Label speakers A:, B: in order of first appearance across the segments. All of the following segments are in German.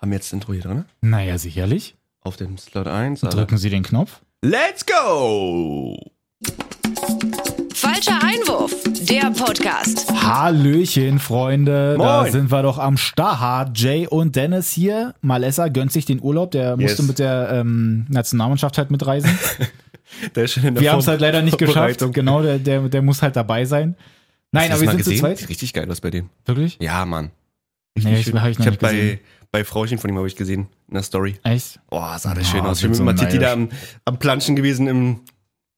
A: Haben wir jetzt das Intro hier drin?
B: Naja, sicherlich.
A: Auf dem Slot 1. Alter.
B: Drücken Sie den Knopf.
A: Let's go!
C: Falscher Einwurf, der Podcast.
B: Hallöchen, Freunde. Da
A: Moin.
B: sind wir doch am Start. Jay und Dennis hier. Malessa gönnt sich den Urlaub. Der
A: Yes.
B: musste mit der ähm, Nationalmannschaft halt mitreisen.
A: Der ist schon in der
B: Wir haben es
A: Vor-
B: halt leider nicht geschafft.
A: Vorbereitung.
B: Genau, der, der, der muss halt dabei sein. Nein,
A: Hast
B: aber
A: du das
B: wir sind
A: mal
B: zu
A: gesehen?
B: zweit.
A: Sieht richtig geil aus bei dem.
B: Wirklich?
A: Ja, Mann.
B: Nee, ich,
A: schön.
B: hab ich noch
A: hab
B: nicht gesehen.
A: bei, bei Frauchen von ihm habe ich gesehen. In der Story.
B: Echt?
A: Boah, sah
B: Ja,
A: das schön aus. Ich
B: sind
A: bin mit Matiti
B: so neidisch.
A: da am, am Planschen gewesen im.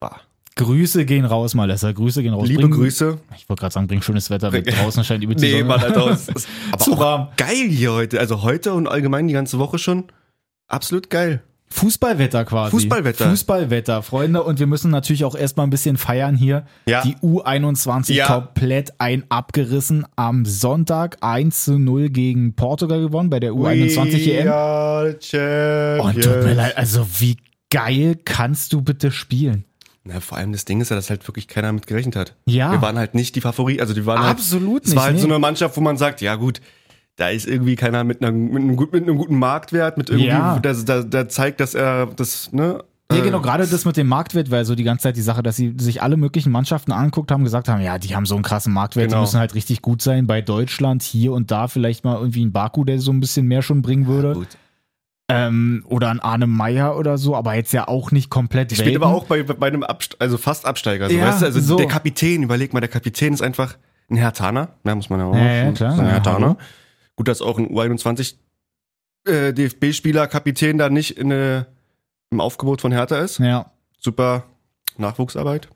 A: Bah.
B: Grüße gehen raus, Malessa. Grüße gehen raus.
A: Liebe
B: Bring-
A: Grüße.
B: Ich wollte gerade sagen, bring schönes Wetter mit. Draußen scheint übel die
A: Nee,
B: Sonne.
A: Mann, Alter. es ist- Aber
B: Zu
A: auch
B: warm.
A: geil hier heute. Also heute und allgemein die ganze Woche schon. Absolut geil.
B: Fußballwetter quasi.
A: Fußballwetter.
B: Fußballwetter, Freunde. Und wir müssen natürlich auch erstmal ein bisschen feiern hier.
A: Ja.
B: Die U21
A: Ja.
B: komplett ein abgerissen. Am Sonntag 1 zu 0 gegen Portugal gewonnen bei der U21 EM.
A: EM.
B: Und Oh, tut mir leid, also wie geil kannst du bitte spielen?
A: Na, vor allem das Ding ist ja, dass halt wirklich keiner mit gerechnet hat.
B: Ja.
A: Wir waren halt nicht die Favorit, also die waren
B: Absolut
A: halt, Es war
B: nicht,
A: halt so
B: nee.
A: eine Mannschaft, wo man sagt, ja gut, da ist irgendwie keiner mit, einer, mit, einem, gut- mit einem guten Marktwert, mit irgendwie,
B: Ja.
A: der, der, der zeigt, dass er das, ne?
B: Ja,
A: äh,
B: genau, gerade das mit dem Marktwert war so die ganze Zeit die Sache, dass sie sich alle möglichen Mannschaften angeguckt haben, gesagt haben, ja, die haben so einen krassen Marktwert,
A: Genau.
B: die müssen halt richtig gut sein. Bei Deutschland hier und da vielleicht mal irgendwie ein Baku, der so ein bisschen mehr schon bringen würde.
A: Äh, Gut.
B: ähm, oder an Arne Meyer oder so, aber jetzt ja auch nicht komplett
A: Ich spiele
B: Welten.
A: aber auch bei, bei einem Abst also fast Absteiger. So,
B: Ja,
A: weißt du? Also
B: so.
A: der Kapitän, überleg mal, der Kapitän ist einfach ein Hertaner. Ja, muss man ja auch
B: Ja, ja, klar.
A: Ist ein
B: Ja,
A: Hertaner.
B: hallo.
A: Gut, dass auch ein U21 äh, DFB-Spieler, Kapitän da nicht in, äh, im Aufgebot von Hertha ist.
B: Ja.
A: Super Nachwuchsarbeit.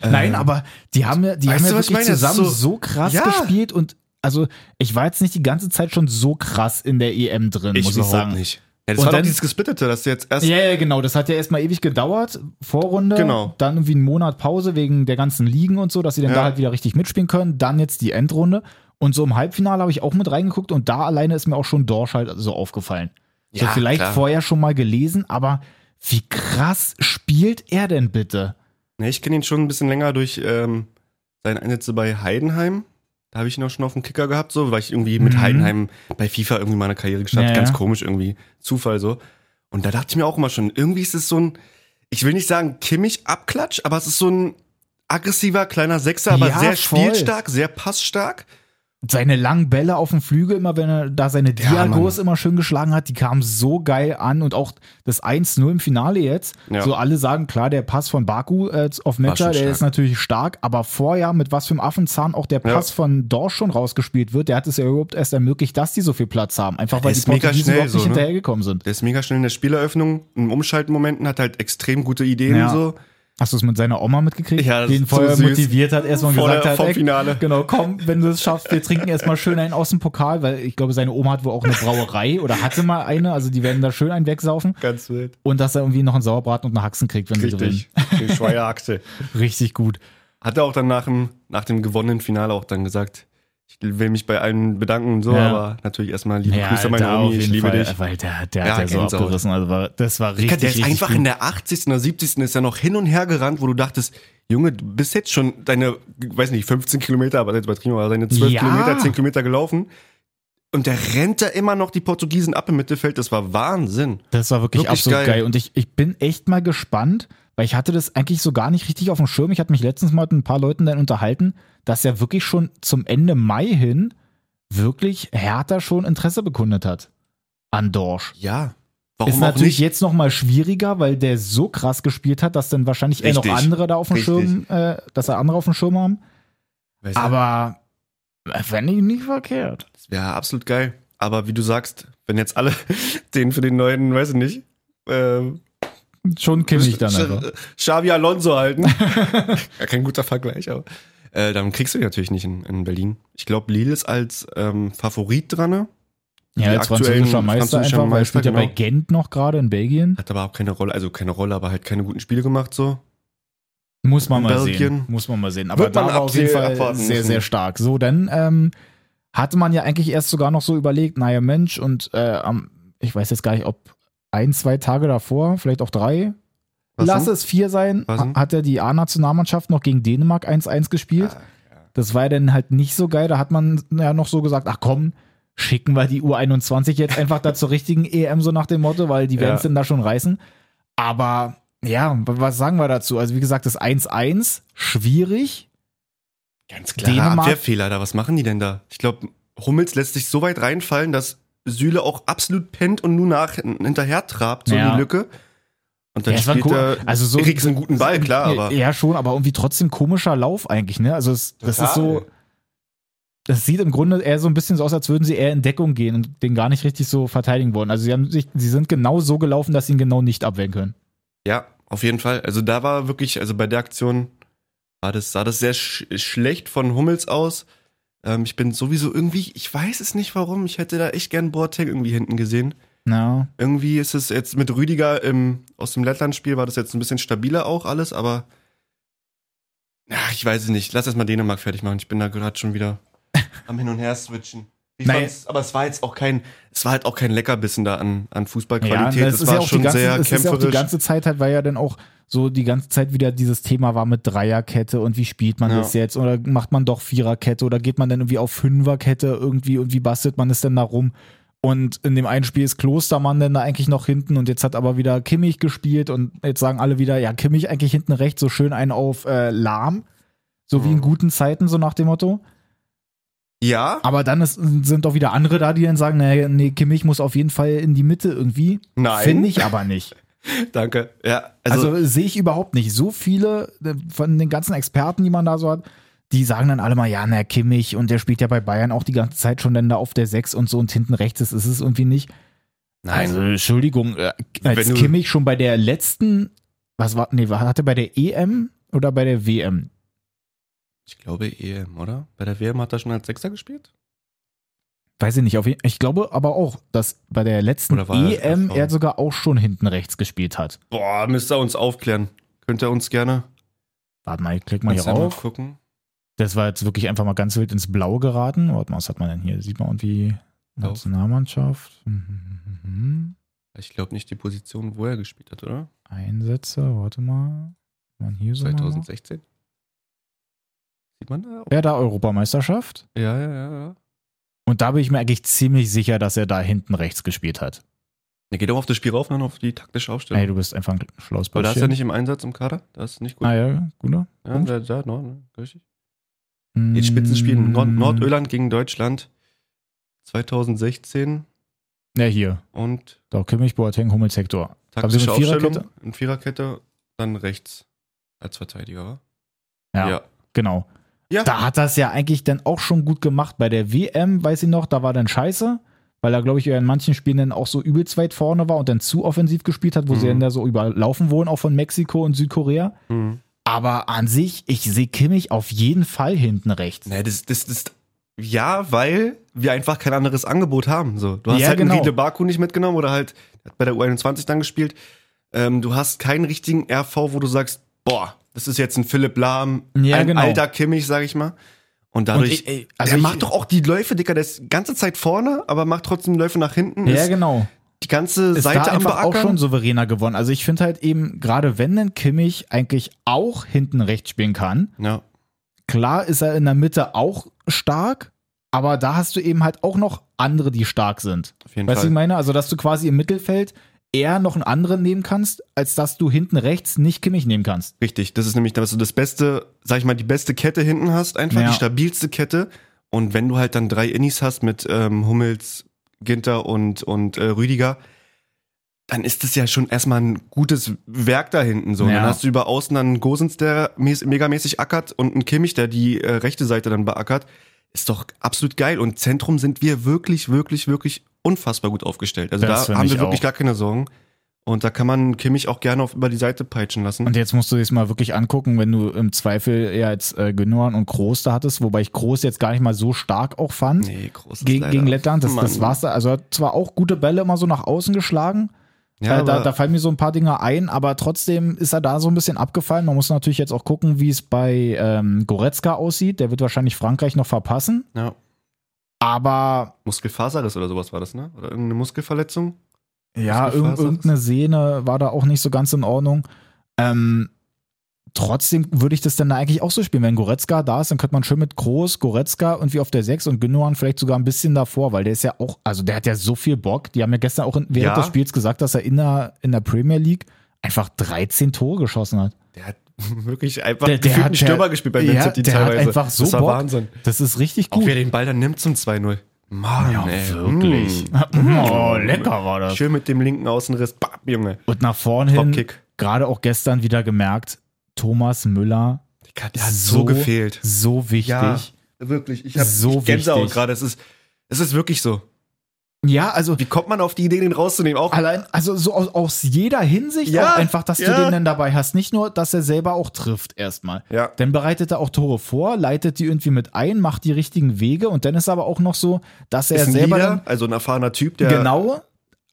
B: Nein, aber die haben ja, die
A: Ähm, weißt
B: haben ja
A: du, was ich
B: wirklich
A: meine? Das ist
B: zusammen so,
A: so-
B: krass
A: Ja.
B: gespielt und also ich war jetzt nicht die ganze Zeit schon so krass in der EM drin, muss ich
A: überhaupt
B: sagen.
A: nicht. Ja, das
B: Und
A: war
B: dann-
A: doch dieses Gesplittete, dass du jetzt erst.
B: Ja, ja, genau. Das hat ja erstmal ewig gedauert. Vorrunde,
A: Genau.
B: dann irgendwie einen Monat Pause wegen der ganzen Ligen und so, dass sie dann
A: Ja.
B: da halt wieder richtig mitspielen können. Dann jetzt die Endrunde. Und so im Halbfinale habe ich auch mit reingeguckt und da alleine ist mir auch schon Dorsch halt so aufgefallen. Ja,
A: Ja,
B: so vielleicht
A: klar.
B: vorher schon mal gelesen, aber wie krass spielt er denn bitte?
A: Ne, ich kenne ihn schon ein bisschen länger durch ähm, seine Einsätze bei Heidenheim. Da habe ich ihn auch schon auf dem Kicker gehabt, so, weil ich irgendwie mit
B: Mhm.
A: Heidenheim bei FIFA irgendwie meine Karriere gestartet.
B: Ja,
A: Ganz
B: ja.
A: komisch irgendwie. Zufall so. Und da dachte ich mir auch immer schon, irgendwie ist es so ein, ich will nicht sagen Kimmich-Abklatsch, aber es ist so ein aggressiver kleiner Sechser, aber
B: Ja,
A: sehr
B: voll.
A: spielstark, sehr passstark.
B: Seine langen Bälle auf dem Flügel, immer wenn er da seine
A: Ja,
B: Diagos immer schön geschlagen hat, die kamen so geil an und auch das 1-0 im Finale jetzt.
A: Ja.
B: So alle sagen, klar, der Pass von Baku äh, auf Metscher,
A: schon
B: der
A: stark.
B: ist natürlich stark, aber vorher mit was für einem Affenzahn auch der Pass von Dorsch schon rausgespielt wird, der hat es ja überhaupt erst ermöglicht, dass die so viel Platz haben. Einfach weil
A: ist
B: die
A: mega
B: Portugiesen
A: schnell
B: überhaupt
A: so,
B: nicht
A: ne?
B: hinterhergekommen sind.
A: Der ist mega schnell in der Spieleröffnung, in Umschaltmomenten, hat halt extrem gute Ideen
B: Ja.
A: so.
B: Hast du es mit seiner Oma mitgekriegt?
A: Ja, das
B: den
A: ist so
B: vorher
A: süß.
B: motiviert hat, erstmal
A: Vor
B: gesagt
A: der-
B: hat,
A: vom
B: ey,
A: Finale.
B: genau, komm, wenn du es schaffst, wir trinken erstmal schön einen aus dem Pokal, weil ich glaube, seine Oma hat wohl auch eine Brauerei oder hatte mal eine, also die werden da schön einen wegsaufen
A: Ganz wild.
B: und dass er irgendwie noch einen Sauerbraten und eine Haxen kriegt, wenn
A: Richtig.
B: sie
A: Die Schweierachse.
B: gewinnen. Richtig gut.
A: Hat er auch dann nach dem, nach dem gewonnenen Finale auch dann gesagt, ich will mich bei allen bedanken und so,
B: Ja.
A: aber natürlich erstmal liebe Grüße meine
B: da auf
A: Omi, ich
B: jeden
A: liebe
B: Fall,
A: dich.
B: Weil der, der
A: Ja,
B: hat ja so
A: Gänsehaut.
B: abgerissen, also war, das war richtig,
A: der ist
B: richtig
A: einfach
B: gut.
A: in der 80. oder 70. ist er noch hin und her gerannt, wo du dachtest, Junge, du bist jetzt schon deine, weiß nicht, 15 Kilometer, aber jetzt übertrieben, aber deine 12
B: Ja.
A: Kilometer, 10 Kilometer gelaufen. Und der rennt da immer noch die Portugiesen ab im Mittelfeld, das war Wahnsinn.
B: Das war wirklich,
A: Wirklich
B: absolut
A: geil.
B: geil. Und ich, ich bin echt mal gespannt, weil ich hatte das eigentlich so gar nicht richtig auf dem Schirm. Ich hatte mich letztens mal mit ein paar Leuten dann unterhalten, dass er wirklich schon zum Ende Mai hin wirklich Hertha schon Interesse bekundet hat an Dorsch.
A: Ja.
B: ist
A: Warum auch
B: natürlich
A: nicht?
B: jetzt noch mal schwieriger, weil der so krass gespielt hat, dass dann wahrscheinlich eher noch
A: Richtig.
B: andere da auf dem
A: Richtig.
B: Schirm, äh, dass er andere auf dem Schirm haben.
A: Weiß ich
B: Aber fände ich nicht verkehrt.
A: Ja, absolut geil. Aber wie du sagst, wenn jetzt alle den für den neuen, weiß ich nicht, ähm,
B: Schon Kimmich dann
A: Sch-
B: einfach.
A: Xavi Alonso halten. ja, kein guter Vergleich, aber. Äh, dann kriegst du die natürlich nicht in, in Berlin. Ich glaube, Lille ist als ähm, Favorit dran.
B: Ja,
A: die
B: als
A: aktuellen
B: französischer Meister
A: französischer
B: einfach, weil er
A: Meister,
B: spielt ja bei
A: genau.
B: Gent noch gerade in Belgien.
A: Hat aber auch keine Rolle, also keine Rolle, aber halt keine guten Spiele gemacht so.
B: Muss man
A: In
B: mal
A: Belgien.
B: sehen. Muss man mal sehen. Aber
A: Wird
B: da
A: man
B: war auf jeden
A: absehen-
B: Fall
A: abwarten
B: sehr,
A: müssen.
B: sehr stark. So, dann ähm, hatte man ja eigentlich erst sogar noch so überlegt, naja, Mensch, und äh, am, ich weiß jetzt gar nicht, ob ein, zwei Tage davor, vielleicht auch drei, lass
A: denn?
B: es vier sein,
A: Was denn?
B: hat ja die A-Nationalmannschaft noch gegen Dänemark 1-1 gespielt.
A: Ah,
B: Das war ja dann halt nicht so geil. Da hat man ja noch so gesagt, ach komm, schicken wir die U21 jetzt einfach da zur richtigen EM, so nach dem Motto, weil die werden es
A: Ja.
B: denn da schon reißen. Aber ja, w- was sagen wir dazu? Also, wie gesagt, das 1-1, schwierig.
A: Ganz klarer
B: Dänemark-
A: Abwehrfehler da. Was machen die denn da? Ich glaube, Hummels lässt sich so weit reinfallen, dass Süle auch absolut pennt und nur nach hinterher trabt, so
B: Ja.
A: in die Lücke. Und dann
B: Ja, es war
A: spielt
B: cool.
A: er
B: Also so-
A: kriegst einen guten Ball, klar, aber
B: Ja, schon, aber irgendwie trotzdem komischer Lauf eigentlich, ne? Also, es, das ist so, das sieht im Grunde eher so ein bisschen so aus, als würden sie eher in Deckung gehen und den gar nicht richtig so verteidigen wollen. Also, sie, haben sich, sie sind genau so gelaufen, dass sie ihn genau nicht abwehren können.
A: ja, auf jeden Fall. Also da war wirklich, also bei der Aktion war das, sah das sehr sch schlecht von Hummels aus. Ähm, ich bin sowieso irgendwie, ich weiß es nicht warum, ich hätte da echt gern Boateng irgendwie hinten gesehen.
B: Ja.
A: Irgendwie ist es jetzt mit Rüdiger im, aus dem Lettland-Spiel war das jetzt ein bisschen stabiler auch alles, aber ach, ich weiß es nicht. Lass erstmal Dänemark fertig machen. Ich bin da gerade schon wieder am Hin und Her switchen. Ich
B: Naja.
A: fand's- aber es war jetzt auch kein, es war halt auch kein Leckerbissen da an, an Fußballqualität.
B: Ja,
A: es war
B: ja auch die
A: schon
B: ganze,
A: sehr
B: es ist ja auch die
A: kämpferisch.
B: ganze Zeit halt, weil ja dann auch so die ganze Zeit wieder dieses Thema war mit Dreierkette und wie spielt man
A: Ja.
B: das jetzt oder macht man doch Viererkette oder geht man dann irgendwie auf Fünferkette irgendwie und wie bastelt man es denn da rum? Und in dem einen Spiel ist Klostermann dann da eigentlich noch hinten und jetzt hat aber wieder Kimmich gespielt und jetzt sagen alle wieder, ja, Kimmich eigentlich hinten rechts, so schön einen auf äh, lahm, so wie in
A: Mhm.
B: guten Zeiten, so nach dem Motto.
A: ja,
B: Aber dann ist, sind auch wieder andere da, die dann sagen, nee, nee, Kimmich muss auf jeden Fall in die Mitte irgendwie.
A: Nein.
B: Finde ich aber nicht.
A: danke. Ja, also,
B: Also, sehe ich überhaupt nicht. So viele äh, von den ganzen Experten, die man da so hat, die sagen dann alle mal, ja, na, Kimmich und der spielt ja bei Bayern auch die ganze Zeit schon dann da auf der 6 und so und hinten rechts ist, ist es irgendwie nicht. Also, Entschuldigung, äh, als
A: Wenn du-
B: Kimmich schon bei der letzten, was war, nee, war- hatte bei der EM oder bei der WM?
A: ich glaube EM, oder? Bei der WM hat er schon als Sechser gespielt?
B: Weiß ich nicht, auf, jeden- ich glaube aber auch, dass bei der letzten
A: Oder war das
B: EM
A: SV?
B: er sogar auch schon hinten rechts gespielt hat.
A: Boah, müsst ihr uns aufklären. Könnt ihr uns gerne
B: Warte mal, ich klick mal hier
A: Kannst du
B: rauf.
A: gucken?
B: Das war jetzt wirklich einfach mal ganz wild ins Blaue geraten. Warte mal, was hat man denn hier? Sieht man irgendwie
A: Blau.
B: Nationalmannschaft? Mhm.
A: Ich glaube nicht die Position, wo er gespielt hat, oder?
B: Einsätze, warte mal. Man hier so. mal noch.
A: 2016. Sieht man da?
B: Ja, da Europameisterschaft.
A: Ja, ja, ja. ja.
B: Und da bin ich mir eigentlich ziemlich sicher, dass er da hinten rechts gespielt hat.
A: Der geht auch auf das Spiel rauf und dann auf die taktische Aufstellung.
B: Ey, du bist einfach ein schlaues
A: Aber da ist er
B: Bürschchen.
A: nicht im Einsatz im Kader. Das ist nicht gut.
B: Ah ja, guter.
A: ja, da, da, no, no, richtig.
B: Mhm.
A: Jetzt Spitzenspiel in Nord Nordirland gegen Deutschland 2016
B: Ja, hier.
A: und
B: Da Kimmich, Boateng, Hummels, Hector. Haben Sie
A: taktische
B: mit
A: Aufstellung
B: Viererkette?
A: in Viererkette, dann rechts als Verteidiger, wa?
B: Ja,
A: ja.
B: genau.
A: Ja.
B: Da hat das ja eigentlich dann auch schon gut gemacht. Bei der WM, weiß ich noch, da war dann scheiße, weil er, glaube ich, in manchen Spielen dann auch so übelst weit vorne war und dann zu offensiv gespielt hat, wo sie
A: Mhm.
B: dann da so überlaufen wurden, auch von Mexiko und Südkorea.
A: Hm.
B: Aber an sich, ich sehe Kimmich auf jeden Fall hinten rechts.
A: Nee, das, das, das, ja, weil wir einfach kein anderes Angebot haben. So. Du hast
B: Ja,
A: halt
B: genau.
A: einen Riedle Baku nicht mitgenommen oder halt der hat bei der U21 dann gespielt. Ähm, du hast keinen richtigen RV, wo du sagst, boah, das ist jetzt ein Philipp Lahm,
B: Ja,
A: ein
B: genau.
A: alter Kimmich, sag ich mal. Und dadurch,
B: ich- ey, also
A: also er
B: ich-
A: macht doch auch die Läufe, Dicker, der ist die ganze Zeit vorne, aber macht trotzdem Läufe nach hinten.
B: Ja,
A: ist
B: genau.
A: die ganze
B: Ist
A: Seite
B: da
A: am
B: einfach auch
A: Beackern.
B: schon souveräner gewonnen. Also ich finde halt eben, gerade wenn denn Kimmich eigentlich auch hinten rechts spielen kann,
A: ja.
B: Klar ist er in der Mitte auch stark, aber da hast du eben halt auch noch andere, die stark sind.
A: Auf jeden
B: weißt du,
A: Fall.
B: ich meine? Also, dass du quasi im Mittelfeld eher noch einen anderen nehmen kannst, als dass du hinten rechts nicht Kimmich nehmen kannst.
A: Richtig, das ist nämlich, dass du das beste, sag ich mal, die beste Kette hinten hast, einfach
B: Ja.
A: die stabilste Kette. Und wenn du halt dann drei Innis hast mit ähm, Hummels, Ginter und, und äh, Rüdiger, dann ist das ja schon erstmal ein gutes Werk da hinten. So. Und
B: Ja.
A: Dann hast du über außen dann einen Gosens, der mäß- megamäßig ackert und einen Kimmich, der die äh, rechte Seite dann beackert. Ist doch absolut geil. Und Zentrum sind wir wirklich, wirklich, wirklich unfassbar gut aufgestellt. Also
B: Das
A: da
B: find
A: haben
B: ich
A: wir wirklich
B: auch.
A: gar keine Sorgen. Und da kann man Kimmich auch gerne auf, über die Seite peitschen lassen.
B: Und jetzt musst du dich mal wirklich angucken, wenn du im Zweifel eher als äh, Gündogan und Groß da hattest, wobei ich Groß jetzt gar nicht mal so stark auch fand.
A: Nee, groß.
B: Gegen, gegen Lettland, das, das
A: Mann.
B: war's da. Also er hat zwar auch gute Bälle immer so nach außen geschlagen,
A: Ja,
B: Äh, da,
A: aber,
B: da fallen mir so ein paar Dinge ein, aber trotzdem ist er da so ein bisschen abgefallen. Man muss natürlich jetzt auch gucken, wie es bei ähm, Goretzka aussieht. Der wird wahrscheinlich Frankreich noch verpassen.
A: ja.
B: Aber
A: Muskelfaserriss oder sowas war das, ne? Oder irgendeine Muskelverletzung?
B: ja,
A: Muskelfaser
B: irg
A: ist-
B: irgendeine Sehne war da auch nicht so ganz in Ordnung. Ähm, Trotzdem würde ich das dann eigentlich auch so spielen. Wenn Goretzka da ist, dann könnte man schön mit Groß, Goretzka und wie auf der 6 und Gündogan vielleicht sogar ein bisschen davor, weil der ist ja auch, also der hat ja so viel Bock. Die haben ja gestern auch in, während
A: Ja.
B: des Spiels gesagt, dass er in der, in der Premier League einfach 13 Tore geschossen hat.
A: Der hat wirklich einfach
B: Der- der
A: gefühlt
B: hat-
A: einen
B: der-
A: Stürmer gespielt bei Man
B: ja,
A: City
B: der hat
A: teilweise.
B: einfach so
A: das war
B: Bock.
A: Wahnsinn.
B: Das ist richtig
A: Auch
B: gut.
A: wer den Ball dann nimmt zum 2-0. Mann, ey. Mm.
B: Oh, lecker war das.
A: Schön mit dem linken Außenriss. Bam, Junge.
B: Und nach vorne hin,
A: Dropkick.
B: gerade auch gestern wieder gemerkt, Thomas Müller
A: Der hat
B: so
A: gefehlt.
B: so wichtig.
A: Ja,
B: Ja,
A: wirklich. Ich habe
B: So
A: so ich Gänsehaut
B: wichtig.
A: gerade. Es ist, es ist wirklich so.
B: also
A: Wie kommt man auf die Idee, den rauszunehmen? Auch
B: allein, also so aus, aus jeder Hinsicht
A: Ja,
B: auch einfach, dass
A: ja.
B: du den dann dabei hast. Nicht nur, dass er selber auch trifft erstmal.
A: Ja.
B: Dann bereitet er auch Tore vor, leitet die irgendwie mit ein, macht die richtigen Wege und dann ist aber auch noch so, dass er
A: ist ein
B: selber
A: Leader, also ein erfahrener Typ, der
B: dann genau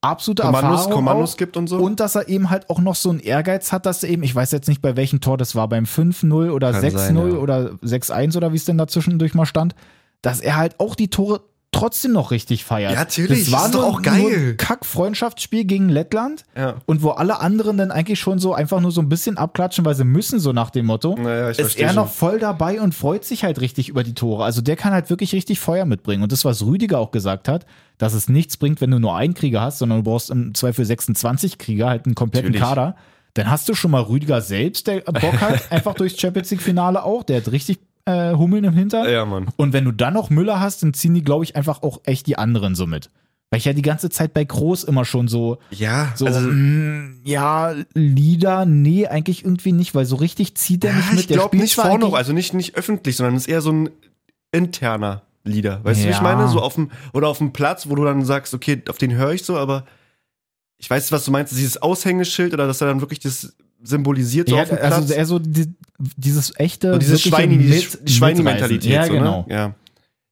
B: absolute
A: Kommandos,
B: Erfahrung
A: Kommandos
B: auch.
A: gibt und so.
B: Und dass er eben halt auch noch so einen Ehrgeiz hat, dass er eben, ich weiß jetzt nicht, bei welchem Tor das war, beim 5-0 oder
A: Kann
B: 6-0
A: sein, ja.
B: oder 6-1 oder wie es denn dazwischendurch mal stand, dass er halt auch die Tore trotzdem noch richtig feiert.
A: Ja, natürlich,
B: Das war
A: das ist
B: nur,
A: doch auch geil.
B: Nur ein Kack-Freundschaftsspiel gegen Lettland
A: ja.
B: und wo alle anderen dann eigentlich schon so einfach nur so ein bisschen abklatschen, weil sie müssen, so nach dem Motto.
A: Naja, ich
B: Ist
A: verstehe
B: er
A: schon.
B: noch voll dabei und freut sich halt richtig über die Tore. Also der kann halt wirklich richtig Feuer mitbringen. Und das, was Rüdiger auch gesagt hat, dass es nichts bringt, wenn du nur einen Krieger hast, sondern du brauchst im Zweifel 26 Krieger, halt einen kompletten
A: Natürlich.
B: Kader. Dann hast du schon mal Rüdiger selbst, der Bock hat, einfach durchs Champions League-Finale auch. Der hat richtig äh, Hummeln im Hintern.
A: Ja, Mann.
B: Und wenn du dann noch Müller hast, dann ziehen die, glaube ich, einfach auch echt die anderen so mit. Weil ich ja die ganze Zeit bei Groß immer schon so
A: Ja,
B: so,
A: also
B: mm, ja, Lieder, nee, eigentlich irgendwie nicht, weil so richtig zieht der nicht
A: ja,
B: mit.
A: ich glaube
B: der spielt
A: nicht
B: zwar
A: vorne,
B: eigentlich-
A: also nicht, nicht öffentlich, sondern es ist eher so ein interner Lieder. Weißt du, wie ich
B: Ja.
A: meine? So auf dem, oder auf dem Platz, wo du dann sagst, okay, auf den höre ich so, aber ich weiß, was du meinst, dieses Aushängeschild oder dass er dann wirklich das symbolisiert so
B: ja,
A: auf dem Platz.
B: also eher so die, dieses echte,
A: so dieses
B: wirkliche
A: Schweini, diese
B: Mit-
A: Sch- Schweini-Mentalität.
B: Mitreißen. Ja,
A: so,
B: genau.
A: Ne? Ja.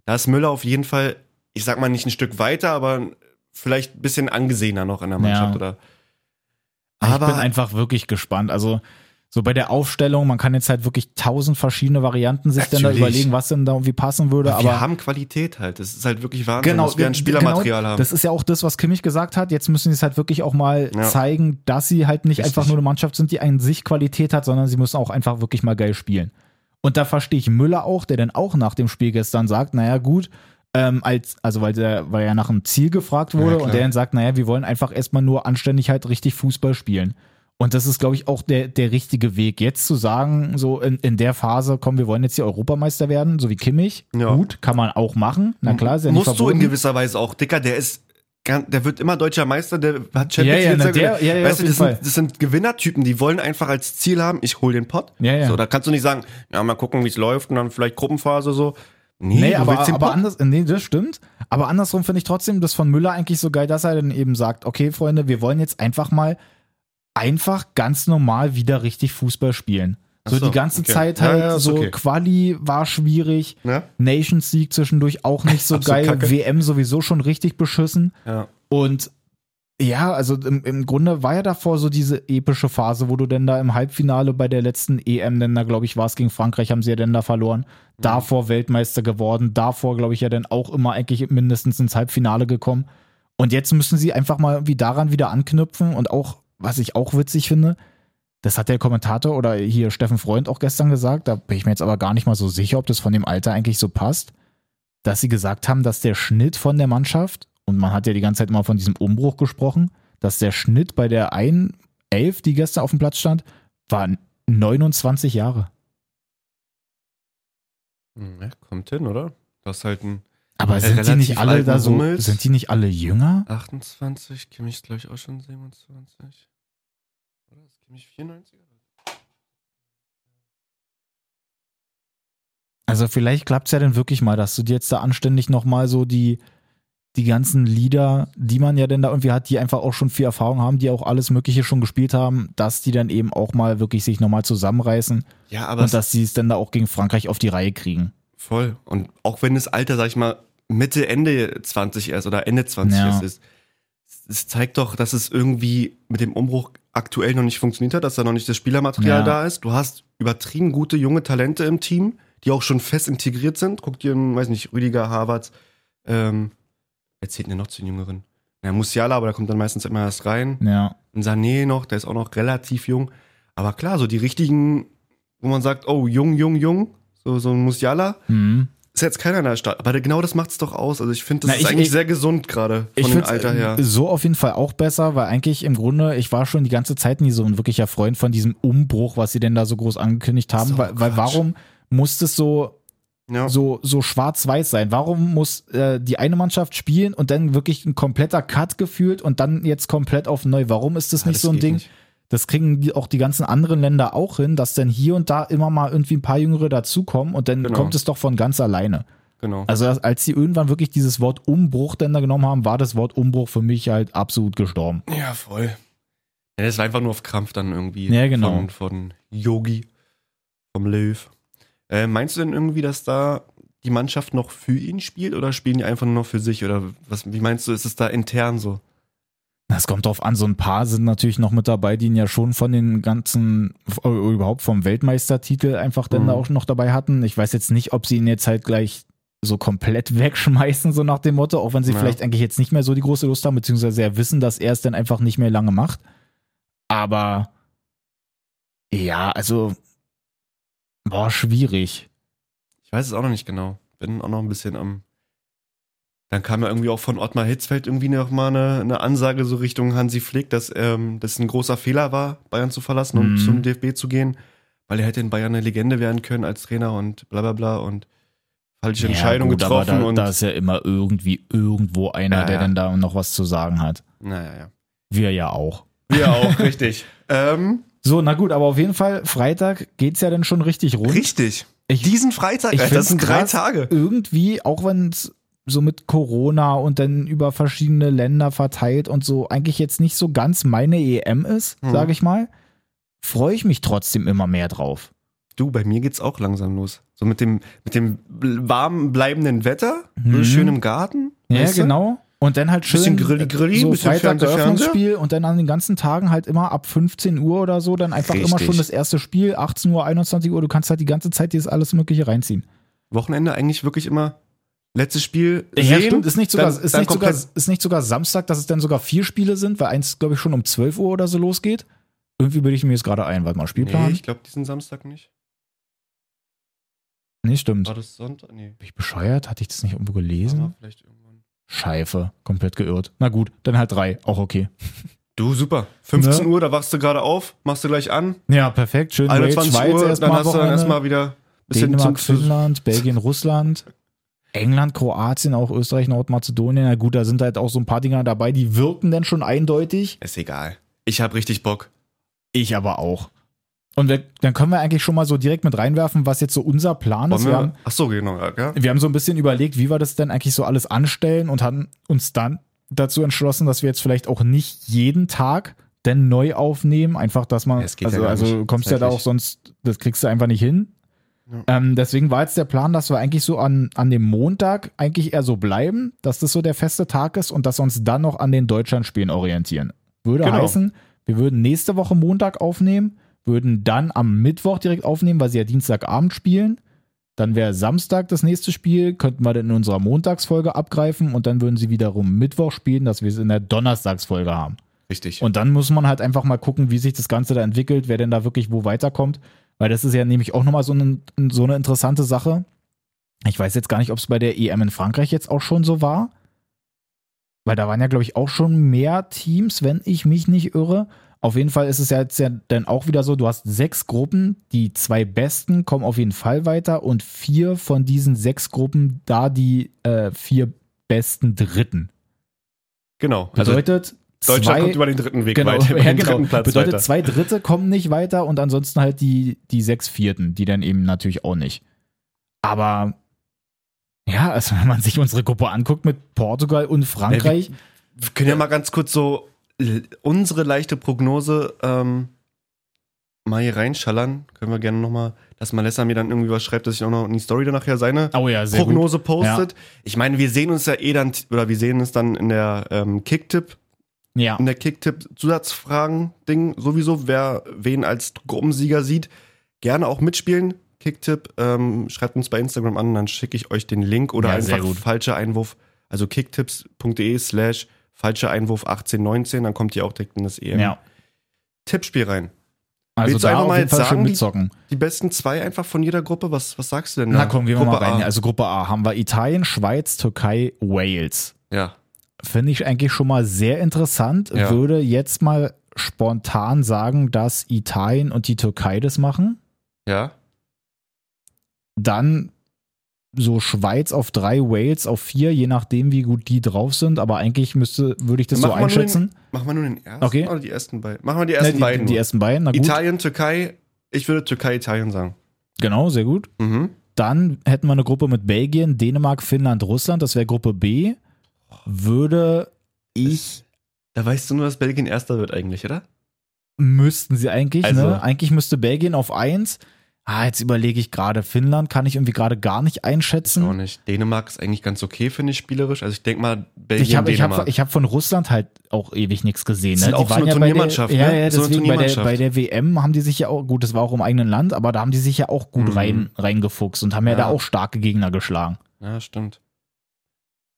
A: Da ist Müller auf jeden Fall, ich sag mal nicht ein Stück weiter, aber vielleicht ein bisschen angesehener noch in der Mannschaft. Oder.
B: Ja. Ah, ich bin
A: Aber
B: einfach wirklich gespannt. Also, so bei der Aufstellung, man kann jetzt halt wirklich tausend verschiedene Varianten sich dann da
A: Natürlich.
B: überlegen, was denn da irgendwie passen würde.
A: wir
B: aber
A: haben Qualität halt. Das ist halt wirklich Wahnsinn, dass wir ein Spielermaterial
B: genau,
A: haben.
B: Das ist ja auch das, was Kimmich gesagt hat. Jetzt müssen sie es halt wirklich auch mal
A: Ja.
B: zeigen, dass sie halt nicht
A: Richtig.
B: einfach nur eine Mannschaft sind, die an sich Qualität hat, sondern sie müssen auch einfach wirklich mal geil spielen. Und da verstehe ich Müller auch, der dann auch nach dem Spiel gestern sagt, naja gut, ähm, als, also weil, der, weil er nach einem Ziel gefragt
A: Ja,
B: wurde
A: klar.
B: und der dann sagt, naja, wir wollen einfach erstmal nur anständig halt richtig Fußball spielen. Und das ist, glaube ich, auch der, der richtige Weg. Jetzt zu sagen, so in, in der Phase, komm, wir wollen jetzt hier Europameister werden, so wie Kimmich,
A: Ja.
B: gut, kann man auch machen. Na klar, ist ja nicht
A: Mhm. musst du in
B: verboten.
A: gewisser Weise auch, Dicker, der ist, gan- der wird immer deutscher Meister, der hat Champions
B: Ja, ja, na,
A: League
B: der-
A: gewonnen.
B: ja, ja,
A: weißt
B: auf
A: du, das
B: jeden
A: sind,
B: Fall.
A: das sind Gewinnertypen, die wollen einfach als Ziel haben, ich hol den Pott.
B: Ja, ja.
A: So, da kannst du nicht sagen, ja, mal gucken, wie es läuft und dann vielleicht Gruppenphase so. Nee,
B: Nee,
A: du
B: aber,
A: willst den
B: aber
A: Pott.
B: anders, nee, das stimmt. Aber andersrum finde ich trotzdem das von Müller eigentlich so geil, dass er dann eben sagt, okay, Freunde, wir wollen jetzt einfach mal einfach ganz normal wieder richtig Fußball spielen. So,
A: Ach so,
B: die ganze
A: okay.
B: Zeit
A: Ja,
B: halt
A: ja, ist
B: so
A: okay.
B: Quali war schwierig,
A: Ne?
B: Nations League zwischendurch auch nicht so
A: Absolut
B: geil,
A: kacke.
B: WM sowieso schon richtig beschissen.
A: Ja.
B: Und ja, also im, im Grunde war ja davor so diese epische Phase, wo du denn da im Halbfinale bei der letzten EM, denn da glaube ich war es gegen Frankreich, haben sie ja denn da verloren, davor Weltmeister geworden, davor glaube ich ja dann auch immer eigentlich mindestens ins Halbfinale gekommen. Und jetzt müssen sie einfach mal wie daran wieder anknüpfen und auch, was ich auch witzig finde, das hat der Kommentator oder hier Steffen Freund auch gestern gesagt, da bin ich mir jetzt aber gar nicht mal so sicher, ob das von dem Alter eigentlich so passt dass sie gesagt haben, dass der Schnitt von der Mannschaft, und man hat ja die ganze Zeit immer von diesem Umbruch gesprochen, dass der Schnitt bei der einen Elf, die gestern auf dem Platz stand, waren 29 Jahre.
A: Hm, ja, kommt hin, oder? Du hast halt einen
B: Aber
A: Ja,
B: sind die
A: relativ
B: nicht alle da
A: alten
B: so,
A: Hummels.
B: sind die nicht alle jünger?
A: 28, Kimmich ist, glaube ich, auch schon 27. Oder ist Kimmich 94?
B: Also vielleicht klappt es ja dann wirklich mal, dass du dir jetzt da anständig nochmal so die, die ganzen Lieder, die man ja denn da irgendwie hat, die einfach auch schon viel Erfahrung haben, die auch alles Mögliche schon gespielt haben, dass die dann eben auch mal wirklich sich nochmal zusammenreißen
A: Ja, aber
B: und dass sie es dann da auch gegen Frankreich auf die Reihe kriegen.
A: Voll. Und auch wenn das Alter, sag ich mal, Mitte, Ende 20 erst oder Ende 20
B: Ja.
A: erst ist, es zeigt doch, dass es irgendwie mit dem Umbruch aktuell noch nicht funktioniert hat, dass da noch nicht das Spielermaterial
B: Ja.
A: da ist. Du hast übertrieben gute junge Talente im Team, die auch schon fest integriert sind. Guck dir, weiß nicht, Rüdiger, Harvard, ähm, wer zählt denn noch zu den Jüngeren? Na, Musiala, aber da kommt dann meistens immer erst rein.
B: Ja.
A: Ein Sané noch, der ist auch noch relativ jung. Aber klar, so die richtigen wo man sagt, oh, jung, jung, jung, so, so ein Musiala,
B: Hm.
A: ist jetzt keiner in der Stadt. Aber genau das macht's doch aus. Also ich finde, das
B: Na,
A: ist
B: ich-
A: eigentlich
B: ich-
A: sehr gesund gerade
B: Ich
A: von dem
B: finde
A: Alter her.
B: so auf jeden Fall auch besser, weil eigentlich im Grunde, ich war schon die ganze Zeit nie so ein wirklicher Freund von diesem Umbruch, was sie denn da so groß angekündigt haben,
A: So,
B: weil, weil
A: Quatsch.
B: warum muss es so,
A: Ja.
B: so, so schwarz-weiß sein? Warum muss äh, die eine Mannschaft spielen und dann wirklich ein kompletter Cut gefühlt und dann jetzt komplett auf neu? Warum ist das
A: Ja,
B: nicht
A: das
B: so ein
A: geht
B: Ding?
A: nicht.
B: Das kriegen die, auch die ganzen anderen Länder auch hin, dass dann hier und da immer mal irgendwie ein paar Jüngere dazukommen und dann
A: Genau.
B: kommt es doch von ganz alleine.
A: Genau.
B: Also als- als sie irgendwann wirklich dieses Wort Umbruch denn da genommen haben, war das Wort Umbruch für mich halt absolut gestorben.
A: ja, voll. Ja, das war einfach nur auf Krampf dann irgendwie.
B: Ja, genau.
A: Von, von Yogi, vom Löw. Äh, meinst du denn irgendwie, dass da die Mannschaft noch für ihn spielt oder spielen die einfach nur noch für sich? Oder was, wie meinst du, ist es da intern so?
B: Das kommt drauf an, so ein paar sind natürlich noch mit dabei, die ihn ja schon von den ganzen, äh, überhaupt vom Weltmeistertitel einfach dann
A: Mhm.
B: da auch noch dabei hatten. Ich weiß jetzt nicht, ob sie ihn jetzt halt gleich so komplett wegschmeißen, so nach dem Motto, auch wenn sie
A: Ja.
B: vielleicht eigentlich jetzt nicht mehr so die große Lust haben, beziehungsweise ja wissen, dass er es dann einfach nicht mehr lange macht. Aber ja, also war schwierig.
A: Ich weiß es auch noch nicht genau. Bin auch noch ein bisschen am. Dann kam ja irgendwie auch von Ottmar Hitzfeld irgendwie noch mal eine, eine Ansage so Richtung Hansi Flick, dass ähm, das ein großer Fehler war, Bayern zu verlassen und
B: Mhm.
A: zum DFB zu gehen, weil er hätte in Bayern eine Legende werden können als Trainer und bla bla bla und falsche Entscheidung
B: gut,
A: getroffen
B: Aber da,
A: und
B: da ist ja immer irgendwie irgendwo einer,
A: Ja,
B: der
A: ja.
B: dann da noch was zu sagen hat.
A: naja ja.
B: Wir ja auch.
A: Wir auch, richtig. Ähm,
B: So, na gut, aber auf jeden Fall, Freitag geht's ja dann schon richtig rund.
A: richtig.
B: Ich-
A: Diesen Freitag,
B: ich
A: Alter, das
B: find's
A: sind drei
B: krass.
A: Tage.
B: Irgendwie, auch wenn es so mit Corona und dann über verschiedene Länder verteilt und so eigentlich jetzt nicht so ganz meine EM ist,
A: Mhm.
B: sage ich mal, freue ich mich trotzdem immer mehr drauf.
A: Du, bei mir geht's auch langsam los. So mit dem, mit dem warm bleibenden Wetter,
B: Mhm.
A: schön im Garten.
B: Ja,
A: weißt du?
B: genau. Und dann halt schön
A: Bisschen Grilli, Grilli,
B: so
A: bisschen
B: Freitag
A: Fernseher,
B: Eröffnungsspiel und dann an den ganzen Tagen halt immer ab 15 Uhr oder so dann einfach immer
A: Richtig.
B: schon das erste Spiel, 18 Uhr, 21 Uhr, du kannst halt die ganze Zeit dir das alles mögliche reinziehen.
A: Wochenende eigentlich wirklich immer letztes Spiel
B: ja,
A: sehen,
B: stimmt, ist nicht, sogar,
A: dann-
B: ist,
A: dann
B: nicht sogar,
A: komplett-
B: ist nicht sogar Samstag, dass es dann sogar vier Spiele sind, weil eins glaube ich schon um 12 Uhr oder so losgeht. Irgendwie bilde ich mir jetzt gerade ein, warte mal, Spielplan?
A: Nee,
B: Nee,
A: ich glaube diesen Samstag nicht.
B: stimmt.
A: War
B: Bin
A: das Sonntag? Nee.
B: ich bescheuert? Hatte ich das nicht irgendwo
A: Aber
B: gelesen?
A: vielleicht irgendwann.
B: Scheife, komplett geirrt. Na gut, dann halt drei, auch okay.
A: Du, super. 15
B: Ne?
A: Uhr, da wachst du gerade auf, machst du gleich an.
B: Ja, perfekt, schön. Wales,
A: 21
B: Schweiz
A: Uhr,
B: erstmal
A: dann hast du dann
B: Wochenende.
A: erstmal wieder ein bisschen
B: Dänemark,
A: zum
B: Finnland, Belgien, Russland, England, Kroatien, auch Österreich, Nordmazedonien. Na gut, da sind halt auch so ein paar Dinger dabei, die wirken dann schon eindeutig.
A: Ist egal. Ich habe richtig Bock.
B: Ich aber auch. Und wir, dann können wir eigentlich schon mal so direkt mit reinwerfen, was jetzt so unser Plan ist.
A: Wollen
B: Wir haben,
A: wir? Ach so, genau, ja, ja.
B: wir haben so ein bisschen überlegt, wie wir das denn eigentlich so alles anstellen und haben uns dann dazu entschlossen, dass wir jetzt vielleicht auch nicht jeden Tag denn neu aufnehmen. Einfach, dass man,
A: Ja, es geht
B: also,
A: ja gar
B: also
A: nicht.
B: du kommst ja da
A: Zeitlich.
B: auch sonst, das kriegst du einfach nicht hin.
A: Ja.
B: Ähm, deswegen war jetzt der Plan, dass wir eigentlich so an, an dem Montag eigentlich eher so bleiben, dass das so der feste Tag ist und dass wir uns dann noch an den Deutschlandspielen orientieren. Würde
A: Genau.
B: heißen, wir würden nächste Woche Montag aufnehmen, würden dann am Mittwoch direkt aufnehmen, weil sie ja Dienstagabend spielen. Dann wäre Samstag das nächste Spiel, könnten wir dann in unserer Montagsfolge abgreifen und dann würden sie wiederum Mittwoch spielen, dass wir es in der Donnerstagsfolge haben.
A: Richtig.
B: Und dann muss man halt einfach mal gucken, wie sich das Ganze da entwickelt, wer denn da wirklich wo weiterkommt. Weil das ist ja nämlich auch nochmal so, eine- so eine interessante Sache. Ich weiß jetzt gar nicht, ob es bei der EM in Frankreich jetzt auch schon so war. Weil da waren ja, glaube ich, auch schon mehr Teams, wenn ich mich nicht irre. Auf jeden Fall ist es ja jetzt ja dann auch wieder so, du hast sechs Gruppen, die zwei besten kommen auf jeden Fall weiter und vier von diesen sechs Gruppen da die äh, vier besten Dritten.
A: genau. Also
B: Bedeutet,
A: Deutschland
B: zwei,
A: kommt über den dritten Weg
B: genau,
A: weiter, über
B: ja,
A: den
B: genau.
A: dritten Platz
B: Bedeutet,
A: weiter.
B: zwei Dritte kommen nicht weiter und ansonsten halt die, die sechs Vierten, die dann eben natürlich auch nicht. Aber ja, also wenn man sich unsere Gruppe anguckt mit Portugal und Frankreich,
A: Wir können ja mal ganz kurz so l- unsere leichte Prognose ähm, mal hier reinschallern. Können wir gerne nochmal, dass Malessa mir dann irgendwie was schreibt, dass ich auch noch in die Story danach ja seine
B: oh ja, sehr gut.
A: Prognose postet. Ich meine, wir sehen uns ja eh dann, oder wir sehen uns dann in der ähm, Kicktipp,
B: Ja,
A: in der Kicktipp-Zusatzfragen-Ding sowieso, wer wen als Gruppensieger sieht. Gerne auch mitspielen. Kicktipp, ähm, schreibt uns bei Instagram an, dann schicke ich euch den Link oder
B: Ja, sehr
A: einfach
B: gut.
A: falscher Einwurf, also kicktipps.de slash falscher Einwurf 1819, dann kommt ihr auch direkt in das EM.
B: ja.
A: E Tippspiel rein.
B: Also
A: Willst du
B: da
A: einfach
B: auf
A: mal
B: jeden
A: jetzt
B: Fall schön
A: sagen, die-
B: mitzocken.
A: Die besten zwei einfach von jeder Gruppe, was, was sagst du denn?
B: Na
A: da?
B: komm, gehen wir
A: Gruppe
B: mal rein.
A: A.
B: Also Gruppe A haben wir Italien, Schweiz, Türkei, Wales.
A: Ja.
B: Finde ich eigentlich schon mal sehr interessant.
A: Ja.
B: Würde jetzt mal spontan sagen, dass Italien und die Türkei das machen.
A: Ja.
B: Dann so Schweiz auf drei, Wales auf vier, je nachdem, wie gut die drauf sind. Aber eigentlich müsste, würde ich das
A: Mach
B: so
A: mal nur den
B: einschätzen.
A: Machen wir nur den ersten
B: Okay.
A: oder die ersten beiden? Machen wir die
B: Ne,
A: ersten
B: die,
A: beiden.
B: die
A: nur.
B: ersten beiden, na gut.
A: Italien, Türkei. Ich würde Türkei, Italien sagen.
B: Genau, sehr gut.
A: Mhm.
B: Dann hätten wir eine Gruppe mit Belgien, Dänemark, Finnland, Russland. Das wäre Gruppe B. Würde ich
A: Da weißt du nur, dass Belgien Erster wird eigentlich, oder?
B: Müssten sie eigentlich,
A: Also-
B: ne? Eigentlich müsste Belgien auf 1. Ah, jetzt überlege ich gerade, Finnland kann ich irgendwie gerade gar nicht
A: Auch
B: einschätzen.
A: nicht. Dänemark ist eigentlich ganz okay, finde ich, spielerisch. Also ich denke mal, Belgien,
B: Ich habe ich
A: Dänemark.
B: hab, ich hab von Russland halt auch ewig nichts gesehen.
A: Ist
B: Ne?
A: auch so eine
B: bei der,
A: Turniermannschaft,
B: ja,
A: ne?
B: ja,
A: So eine
B: deswegen bei, der,
A: Turniermannschaft.
B: bei der WM haben die sich ja auch, gut, das war auch im eigenen Land, aber da haben die sich ja auch gut
A: Mhm.
B: rein, reingefuchst und haben ja.
A: Ja.
B: da auch starke Gegner geschlagen.
A: ja, stimmt.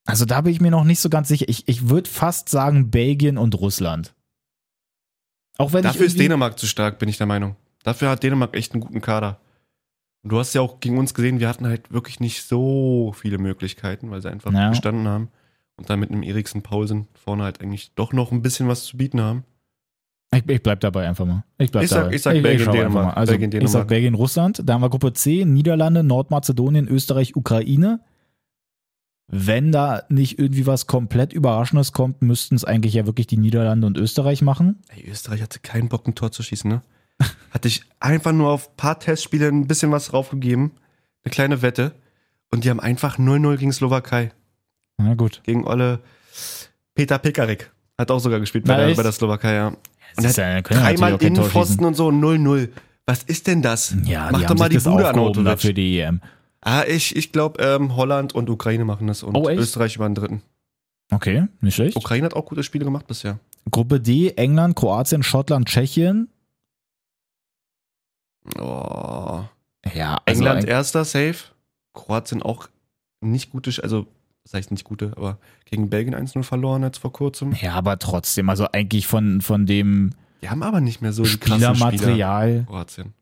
B: Also da bin ich mir noch nicht so ganz sicher. Ich, ich würde fast sagen Belgien und Russland. Auch wenn
A: Dafür
B: ich
A: ist
B: irgendwie-
A: Dänemark zu stark, bin ich der Meinung. Dafür hat Dänemark echt einen guten Kader. Und du hast ja auch gegen uns gesehen, wir hatten halt wirklich nicht so viele Möglichkeiten, weil sie einfach
B: Ja.
A: gestanden haben. Und dann mit einem Eriksen Paulsen vorne halt eigentlich doch noch ein bisschen was zu bieten haben.
B: Ich, ich bleib dabei einfach mal. Ich bleib
A: Ich sag-
B: dabei.
A: ich sag Belgien,
B: schau einfach
A: Dänemark.
B: mal. Also,
A: Belgien,
B: Ich sag
A: Dänemark.
B: Belgien, Russland. Da haben wir Gruppe C, Niederlande, Nordmazedonien, Österreich, Ukraine. Wenn da nicht irgendwie was komplett Überraschendes kommt, müssten es eigentlich ja wirklich die Niederlande und Österreich machen.
A: Ey, Österreich hatte keinen Bock, ein Tor zu schießen, ne? Hatte ich einfach nur auf ein paar Testspiele ein bisschen was draufgegeben. Eine kleine Wette. Und die haben einfach 0-0 gegen Slowakei.
B: Na gut.
A: Gegen Olle Peter Pekarik. Hat auch sogar gespielt
B: Na,
A: bei der,
B: echt?
A: bei der Slowakei, ja. Und
B: Das
A: er
B: ist ja- können ja
A: Dreimal
B: natürlich auch kein Tor schießen.
A: Innenpfosten und so 0-0. Was ist denn das?
B: Ja,
A: Mach
B: die
A: doch
B: haben
A: mal
B: sich
A: die
B: das
A: Bude an
B: aufgehoben da
A: Autowitsch.
B: für die EM.
A: Ah, ich, ich glaube, ähm, Holland und Ukraine machen das und
B: Oh, echt?
A: Österreich über den dritten.
B: Okay, nicht schlecht.
A: Ukraine hat auch gute Spiele gemacht bisher.
B: Gruppe D, England, Kroatien, Schottland, Tschechien.
A: Oh.
B: Ja, also
A: England
B: ein-
A: erster, safe. Kroatien auch nicht gute, Sch- also das heißt nicht gute, aber gegen Belgien 1-0 verloren jetzt vor kurzem.
B: ja, aber trotzdem, also eigentlich von, von dem
A: Die haben aber nicht mehr so die krassen Spieler.
B: Spielermaterial,
A: Kroatien.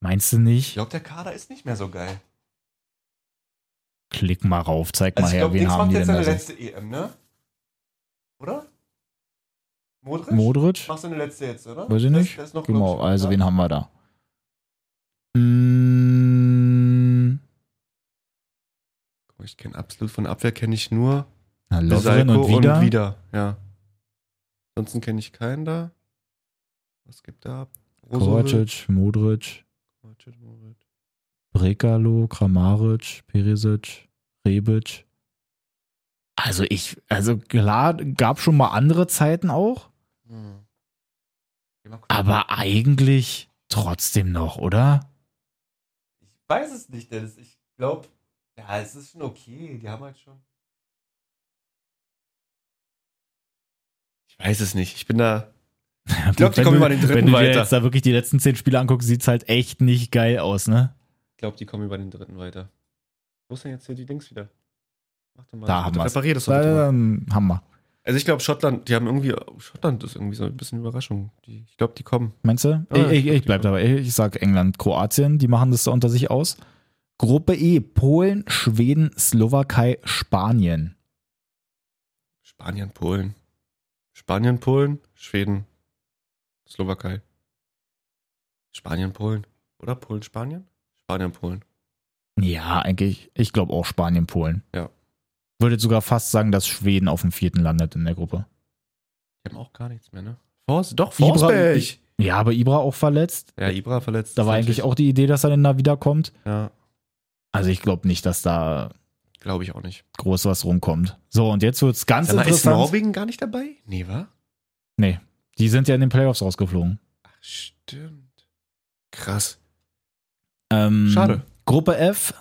B: meinst du nicht?
A: Ich glaube, der Kader ist nicht mehr so geil.
B: Klick mal rauf, zeig mal
A: Also ich
B: her, wen
A: Dings
B: haben die denn da so?
A: letzte EM, ne? Oder? Modric?
B: Modric?
A: Machst du eine letzte jetzt, oder?
B: Weiß ich
A: Das-
B: nicht.
A: das ist noch,
B: Genau,
A: glaub ich,
B: also
A: ja.
B: wen haben wir da? Mm,
A: Ich kenne absolut von Abwehr kenne ich nur
B: na, Lovren
A: Besalko
B: und wieder.
A: und wieder. Ja. Ansonsten kenne ich keinen da. Was gibt da?
B: Kovacic, Modric,
A: Kovacic, Modric.
B: Brekalo, Kramaric, Perisic, Rebic. Also ich, also klar, gab schon mal andere Zeiten auch,
A: Hm. Geh mal kurz-
B: aber eigentlich trotzdem noch, oder?
A: ich weiß es nicht, Dennis. Ich glaube, ja, es ist schon okay. Die haben halt schon. Ich weiß es nicht. Ich bin da.
B: Ich
A: glaub, die kommen über den
B: Wenn
A: dritten
B: du dir
A: weiter.
B: jetzt da wirklich die letzten zehn Spiele anguckst, sieht's halt echt nicht geil aus, ne?
A: Ich glaube, die kommen über den dritten weiter. Wo ist denn jetzt hier die Dings wieder? Mach doch mal.
B: Da haben wir's.
A: Reparier das doch bitte mal.
B: Dann haben wir.
A: Also ich glaube, Schottland, die haben irgendwie. Schottland ist irgendwie so ein bisschen Überraschung. Die, ich glaube, die kommen.
B: Meinst du?
A: Ja,
B: ich, ich,
A: ich glaub,
B: ich bleib
A: die-
B: dabei. Ich sag England, Kroatien, die machen das da unter sich aus. Gruppe E, Polen, Schweden, Slowakei, Spanien.
A: Spanien, Polen. Spanien, Polen, Schweden, Slowakei. Spanien, Polen. Oder Polen, Spanien? Spanien, Polen.
B: Ja, eigentlich, ich glaube auch Spanien, Polen.
A: Ja.
B: Würde sogar fast sagen, dass Schweden auf dem vierten landet in der Gruppe.
A: Die haben auch gar nichts mehr, ne? Fors, doch,
B: Ibra-
A: Forsberg.
B: Ja, aber Ibra auch verletzt.
A: Ja, Ibra verletzt.
B: Da war
A: natürlich.
B: eigentlich auch die Idee, dass er denn da wiederkommt.
A: Ja,
B: Also ich glaube nicht, dass da
A: glaube ich auch nicht.
B: groß was rumkommt. So, und jetzt wird's ganz
A: Sag mal, ist
B: interessant.
A: Norwegen gar nicht dabei? Nee, wa?
B: Die sind ja in den Playoffs rausgeflogen.
A: Ach, stimmt. Krass.
B: Ähm,
A: Schade.
B: Gruppe F,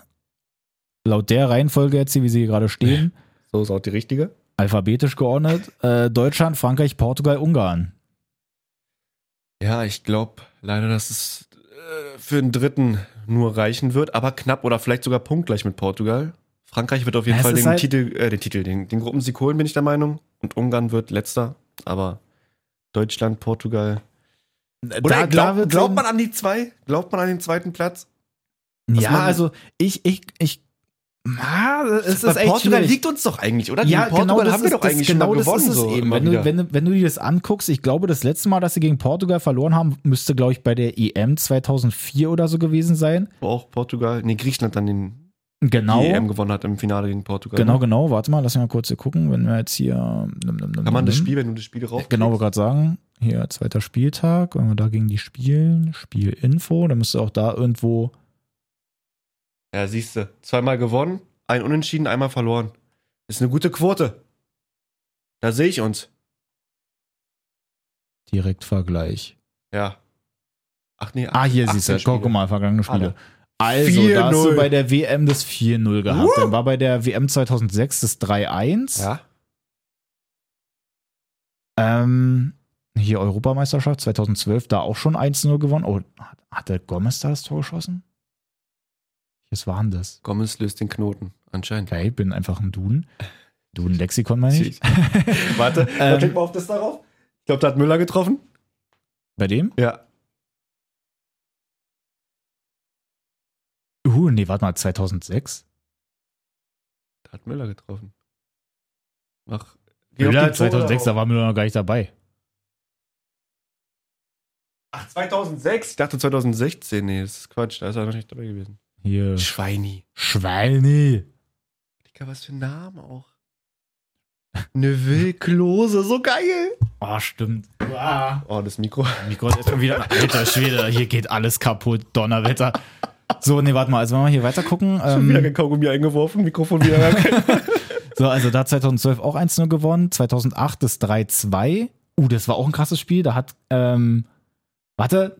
B: laut der Reihenfolge jetzt hier, wie sie hier gerade stehen,
A: So ist auch die richtige.
B: alphabetisch geordnet, äh, Deutschland, Frankreich, Portugal, Ungarn.
A: Ja, ich glaube leider, dass es äh, für den dritten nur reichen wird, aber knapp oder vielleicht sogar punktgleich mit Portugal. Frankreich wird auf jeden
B: Es
A: Fall
B: ist
A: den
B: halt-
A: Titel, äh, den Titel, den, den Gruppensieg holen, bin ich der Meinung. Und Ungarn wird letzter, aber Deutschland, Portugal Oder
B: Äh, da, ähm,
A: glaub,
B: Davidson-
A: glaubt man an die zwei? Glaubt man an den zweiten Platz? was
B: Ja,
A: machen-
B: also ich, ich, ich. Ah, es
A: Weil
B: ist echt
A: Portugal
B: schwierig.
A: liegt uns doch eigentlich, oder?
B: Ja,
A: Gegen Portugal
B: genau das
A: haben wir
B: ist,
A: doch
B: das,
A: eigentlich
B: genau
A: schon mal
B: das
A: gewonnen.
B: ist es
A: so
B: eben.
A: immer
B: Wenn du,
A: wieder.
B: wenn, du, wenn du dir das anguckst, ich glaube, das letzte Mal, dass sie gegen Portugal verloren haben, müsste, glaube ich, bei der EM 2004 oder so gewesen sein.
A: Wo auch Portugal, nee, Griechenland dann den
B: Genau.
A: die EM gewonnen hat im Finale gegen Portugal.
B: Genau,
A: ne?
B: genau. Warte mal, lass mich mal kurz hier gucken, wenn wir jetzt hier.
A: Kann man das Spiel, wenn du das Spiel rauf
B: mhm. Genau, wollte gerade sagen. Hier, zweiter Spieltag. Wenn wir da gegen die spielen, Spielinfo, dann müsste auch da irgendwo.
A: Ja, siehst du. Zweimal gewonnen, ein Unentschieden, einmal verloren. Ist eine gute Quote. Da sehe ich uns.
B: Direktvergleich.
A: Ja. Ach nee,
B: Ah, hier
A: 18
B: siehst du,
A: Spiele.
B: guck mal, vergangene Spiele.
A: Alle.
B: Also, da hast
A: 4-0.
B: du bei der WM das 4-0 gehabt.
A: Woo!
B: Dann war bei der WM 2006 das 3-1.
A: Ja.
B: Ähm, hier Europameisterschaft 2012, da auch schon 1-0 gewonnen. Oh, hat, hat der Gomez da das Tor geschossen? Was war denn das?
A: Gomez löst den Knoten, anscheinend.
B: Geil, bin einfach ein Duden. Duden-Lexikon meine ich.
A: Warte,
B: Ähm.
A: klick mal auf das darauf. Ich glaube, da hat Müller getroffen.
B: Bei dem?
A: Ja.
B: Uh, nee, warte mal, 2006?
A: Da hat Müller getroffen. Ach, geh auf
B: Müller,
A: die Tore
B: 2006, da
A: drauf.
B: war Müller noch gar nicht dabei.
A: Ach, 2006. Ich dachte 2016. Nee, das ist Quatsch. Da ist er noch nicht dabei gewesen.
B: Hier.
A: Schweini.
B: Schweini.
A: Digga, was für ein Name auch. Neville Klose, so geil.
B: Oh, stimmt. Ah. Uah.
A: Oh, das Mikro.
B: Mikro ist schon wieder. Alter Schwede, hier geht alles kaputt. Donnerwetter. So, nee, warte mal, also wenn wir hier weiter gucken.
A: Schon wieder
B: Ähm,
A: kein Kaugummi eingeworfen, Mikrofon wieder weg.
B: so, also da hat 2012 auch 1-0 gewonnen, 2008 das 3-2. Uh, das war auch ein krasses Spiel. Da hat, ähm, warte,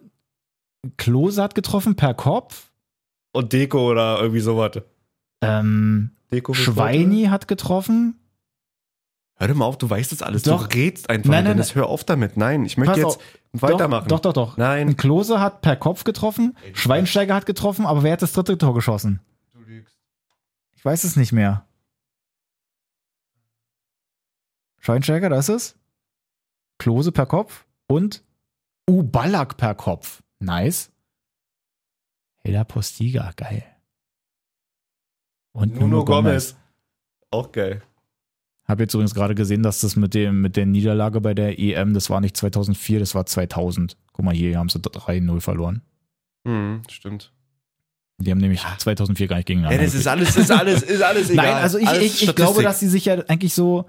B: Klose hat getroffen per Kopf.
A: Und Deko oder irgendwie sowas.
B: Ähm,
A: Deko für
B: Schweini hat getroffen.
A: Portugal. Hör doch mal auf, du weißt das alles.
B: Doch.
A: Du redst einfach.
B: Nein,
A: Nein,
B: nein,
A: Dennis, hör auf damit. Nein, ich möchte
B: Pass
A: jetzt
B: auf.
A: weitermachen.
B: Doch, Hm. doch, doch. doch.
A: Nein.
B: Klose hat per Kopf getroffen, Schweinsteiger hat getroffen, aber wer hat das dritte Tor geschossen?
A: Du lügst.
B: Ich weiß es nicht mehr. Schweinsteiger, da ist es. Klose per Kopf und U Ballack per Kopf. Nice. Hela Postiga, geil. Und
A: Nuno, Gomez. Auch geil.
B: Habe jetzt übrigens gerade gesehen, dass das mit, dem, mit der Niederlage bei der EM, das war nicht 2004, das war 2000. Guck mal, hier haben sie 3-0 verloren.
A: Hm, stimmt.
B: Die haben nämlich 2004 gar nicht gegeneinander
A: Dennis,
B: gespielt.
A: ist alles, ist alles, ist alles egal.
B: Nein, also ich,
A: Alles
B: ich, ich
A: Statistik.
B: glaube, dass sie sich ja eigentlich so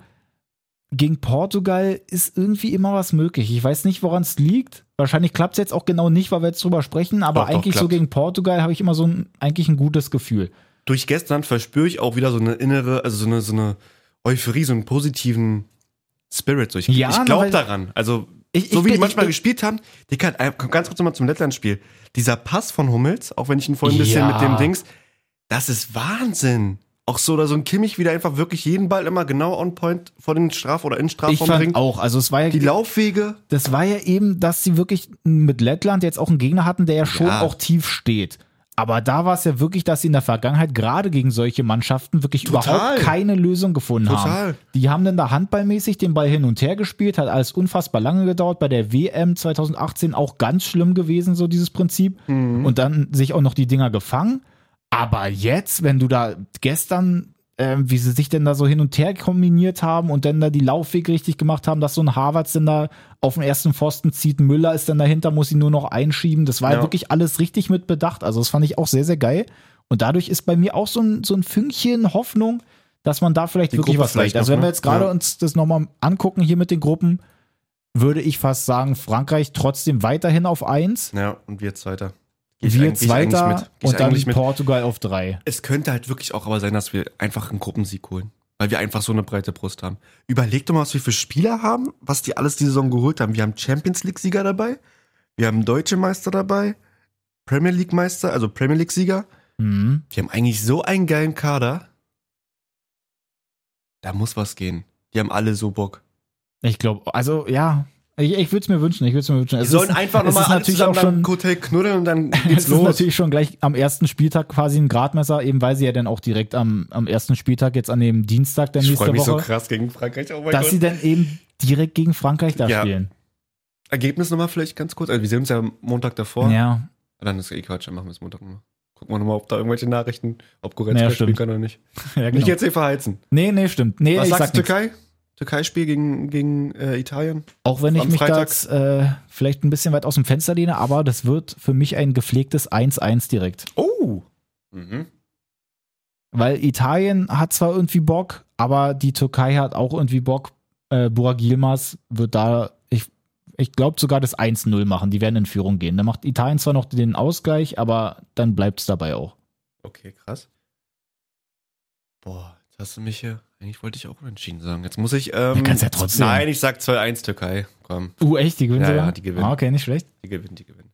B: gegen Portugal ist irgendwie immer was möglich. Ich weiß nicht, woran es liegt. Wahrscheinlich klappt es jetzt auch genau nicht, weil wir jetzt drüber sprechen, aber
A: Doch, doch,
B: eigentlich so
A: klappt's.
B: gegen Portugal habe ich immer so ein, eigentlich ein gutes Gefühl.
A: durch gestern verspüre ich auch wieder so eine innere, also so eine, so eine Euphorie, so einen positiven Spirit. So, ich
B: Ja,
A: ich
B: na,
A: glaube
B: weil-
A: daran. Also,
B: Ich-
A: so
B: ich-
A: wie die
B: ich-
A: manchmal
B: ich-
A: gespielt haben, die kann, äh, ganz kurz nochmal zum Lettland-Spiel. Dieser Pass von Hummels, auch wenn ich ihn vorhin ein bisschen
B: Ja.
A: mit dem Dings, das ist Wahnsinn. Auch so oder so ein Kimmich wieder einfach wirklich jeden Ball immer genau on point vor den Straf- oder in
B: Ich
A: Strafraum
B: fand
A: bringt.
B: auch, also es war ja
A: Die Laufwege.
B: das war ja eben, dass sie wirklich mit Lettland jetzt auch einen Gegner hatten, der ja schon
A: Ja.
B: auch tief steht. Aber da war es ja wirklich, dass sie in der Vergangenheit gerade gegen solche Mannschaften wirklich
A: Total.
B: überhaupt keine Lösung gefunden
A: Total.
B: haben. Die haben dann da handballmäßig den Ball hin und her gespielt, hat alles unfassbar lange gedauert. Bei der WM 2018 auch ganz schlimm gewesen, so dieses Prinzip.
A: Mhm.
B: Und dann sich auch noch die Dinger gefangen. Aber jetzt, wenn du da gestern, ähm, wie sie sich denn da so hin und her kombiniert haben und dann da die Laufwege richtig gemacht haben, dass so ein Harvards denn da auf den ersten Pfosten zieht, Müller ist dann dahinter, muss ihn nur noch einschieben. Das war ja.
A: Ja.
B: wirklich alles richtig mit bedacht. Also das fand ich auch sehr, sehr geil. Und dadurch ist bei mir auch so ein, so ein Fünkchen Hoffnung, dass man da vielleicht
A: Die
B: wirklich
A: Gruppe
B: was vielleicht.
A: vielleicht
B: Also
A: noch,
B: wenn wir
A: ne?
B: jetzt gerade
A: Ja.
B: uns das nochmal angucken hier mit den Gruppen, würde ich fast sagen, Frankreich trotzdem weiterhin auf 1,
A: Ja, und wir Zweiter. Geh ich
B: wir
A: eigentlich- geh ich eigentlich mit.
B: Zweiter
A: Geh ich
B: und dann
A: eigentlich mit.
B: Portugal auf 3.
A: Es könnte halt wirklich auch aber sein, dass wir einfach einen Gruppensieg holen. Weil wir einfach so eine breite Brust haben. Überleg doch mal, was wir für Spieler haben, was die alles die Saison geholt haben. Wir haben Champions League-Sieger dabei, wir haben Deutsche Meister dabei, Premier League-Meister, also Premier League-Sieger.
B: Mhm.
A: Wir haben eigentlich so einen geilen Kader. Da muss was gehen. Die haben alle so Bock.
B: Ich glaube, also ja, ich, ich würde es mir wünschen, ich würde es mir wünschen.
A: Die
B: Es
A: sollen
B: ist-
A: einfach
B: es
A: nochmal
B: ist
A: alle
B: natürlich auch
A: zusammen
B: schon,
A: dann Hotel knuddeln und dann
B: es
A: geht's
B: ist
A: los.
B: natürlich schon gleich am ersten Spieltag quasi ein Gradmesser, eben weil sie ja dann auch direkt am, am ersten Spieltag jetzt an dem Dienstag der
A: Ich freue
B: nächste
A: mich so
B: Woche,
A: krass gegen Frankreich. Oh mein
B: dass
A: Gott.
B: sie dann eben direkt gegen Frankreich da
A: Ja.
B: spielen.
A: Ergebnis nochmal vielleicht ganz kurz. Also wir sehen uns ja am Montag davor.
B: Ja,
A: Dann ist eh Quatsch, dann machen wir es Montag nochmal. Gucken wir nochmal, ob da irgendwelche Nachrichten, ob Goretzka
B: Naja,
A: spielen
B: stimmt.
A: kann oder nicht.
B: ja
A: Nicht
B: genau.
A: jetzt hier verheizen.
B: Nee, nee, stimmt. Nee,
A: Was
B: ich
A: sagst
B: sag
A: du,
B: nichts.
A: Türkei? Türkei-Spiel gegen, gegen äh, Italien?
B: Auch wenn ich
A: Am
B: mich
A: Freitag?
B: da jetzt, äh, vielleicht ein bisschen weit aus dem Fenster lehne, aber das wird für mich ein gepflegtes 1-1 direkt.
A: Oh! Mhm.
B: Weil Italien hat zwar irgendwie Bock, aber die Türkei hat auch irgendwie Bock. Äh, Burak Yilmaz wird da, ich, ich glaube sogar das 1-0 machen. Die werden in Führung gehen. Da macht Italien zwar noch den Ausgleich, aber dann bleibt es dabei auch.
A: Okay, krass. Boah, jetzt hast du mich hier. Eigentlich wollte ich auch unentschieden sagen. Jetzt muss ich. Ähm,
B: Ja, kannst ja trotzdem.
A: Nein, ich sag 2-1 Türkei. Komm,
B: Uh, echt? Die gewinnen
A: Ja,
B: sogar?
A: ja, die gewinnen.
B: Ah, okay, nicht schlecht.
A: die gewinnt, die gewinnt.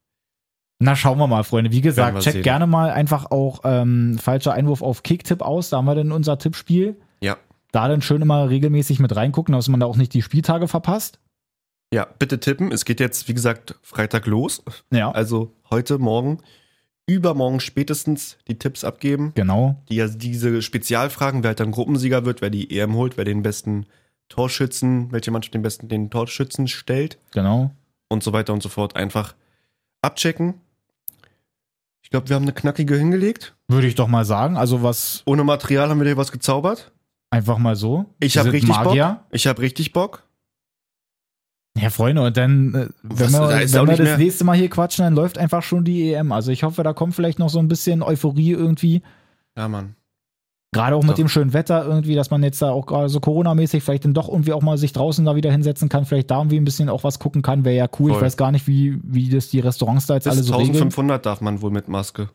B: Na, schauen wir mal, Freunde. Wie
A: Werden
B: gesagt,
A: wir sehen.
B: checkt gerne mal einfach auch ähm, falscher Einwurf auf Kicktipp aus. Da haben wir dann unser Tippspiel.
A: Ja.
B: Da dann schön immer regelmäßig mit reingucken, dass man da auch nicht die Spieltage verpasst.
A: Ja, bitte tippen. Es geht jetzt, wie gesagt, Freitag los.
B: Ja,
A: Also heute, morgen, übermorgen spätestens die Tipps abgeben.
B: genau.
A: Die ja diese Spezialfragen, wer halt dann Gruppensieger wird, wer die EM holt, wer den besten Torschützen, welche Mannschaft den besten den Torschützen stellt.
B: Genau.
A: und so weiter und so fort einfach abchecken. Ich glaube, wir haben eine knackige hingelegt.
B: Würde ich doch mal sagen. Also was
A: Ohne Material haben wir dir was gezaubert.
B: einfach mal so.
A: Ich
B: Wir
A: hab
B: sind
A: richtig
B: Magier.
A: Ich habe richtig Bock.
B: Ja, Freunde, und dann, äh, wenn
A: Was,
B: wir,
A: da ist auch
B: wenn wir
A: nicht
B: das
A: mehr-
B: nächste Mal hier quatschen, dann läuft einfach schon die EM. Also ich hoffe, da kommt vielleicht noch so ein bisschen Euphorie irgendwie.
A: Ja, Mann.
B: Gerade auch mit
A: Doch.
B: dem schönen Wetter irgendwie, dass man jetzt da auch gerade so Corona-mäßig vielleicht dann doch irgendwie auch mal sich draußen da wieder hinsetzen kann, vielleicht da irgendwie ein bisschen auch was gucken kann, wäre ja cool. Ich
A: Voll.
B: weiß gar nicht, wie, wie das die Restaurants da jetzt
A: Bis
B: alle so regeln.
A: 1500 darf man wohl mit Maske.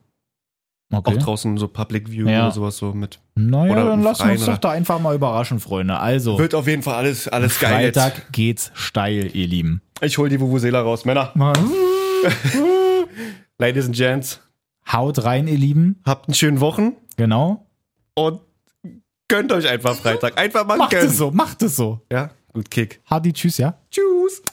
B: Okay.
A: Auch draußen so Public View
B: Ja.
A: oder sowas so mit.
B: Naja,
A: oder
B: dann
A: im
B: lassen wir
A: Freien
B: uns doch
A: oder-
B: da einfach mal überraschen, Freunde. Also,
A: Wird auf jeden Fall alles, alles geil
B: Freitag
A: jetzt.
B: geht's steil, ihr Lieben.
A: Ich hol die Vuvuzela raus, Männer. Ladies and Gents,
B: Haut rein, ihr Lieben.
A: habt einen schönen Wochen
B: Genau.
A: und gönnt euch einfach Freitag. Einfach mal
B: Macht
A: gönnen.
B: es so, macht es so.
A: Ja, gut Kick.
B: Hardy, tschüss, ja.
A: Tschüss.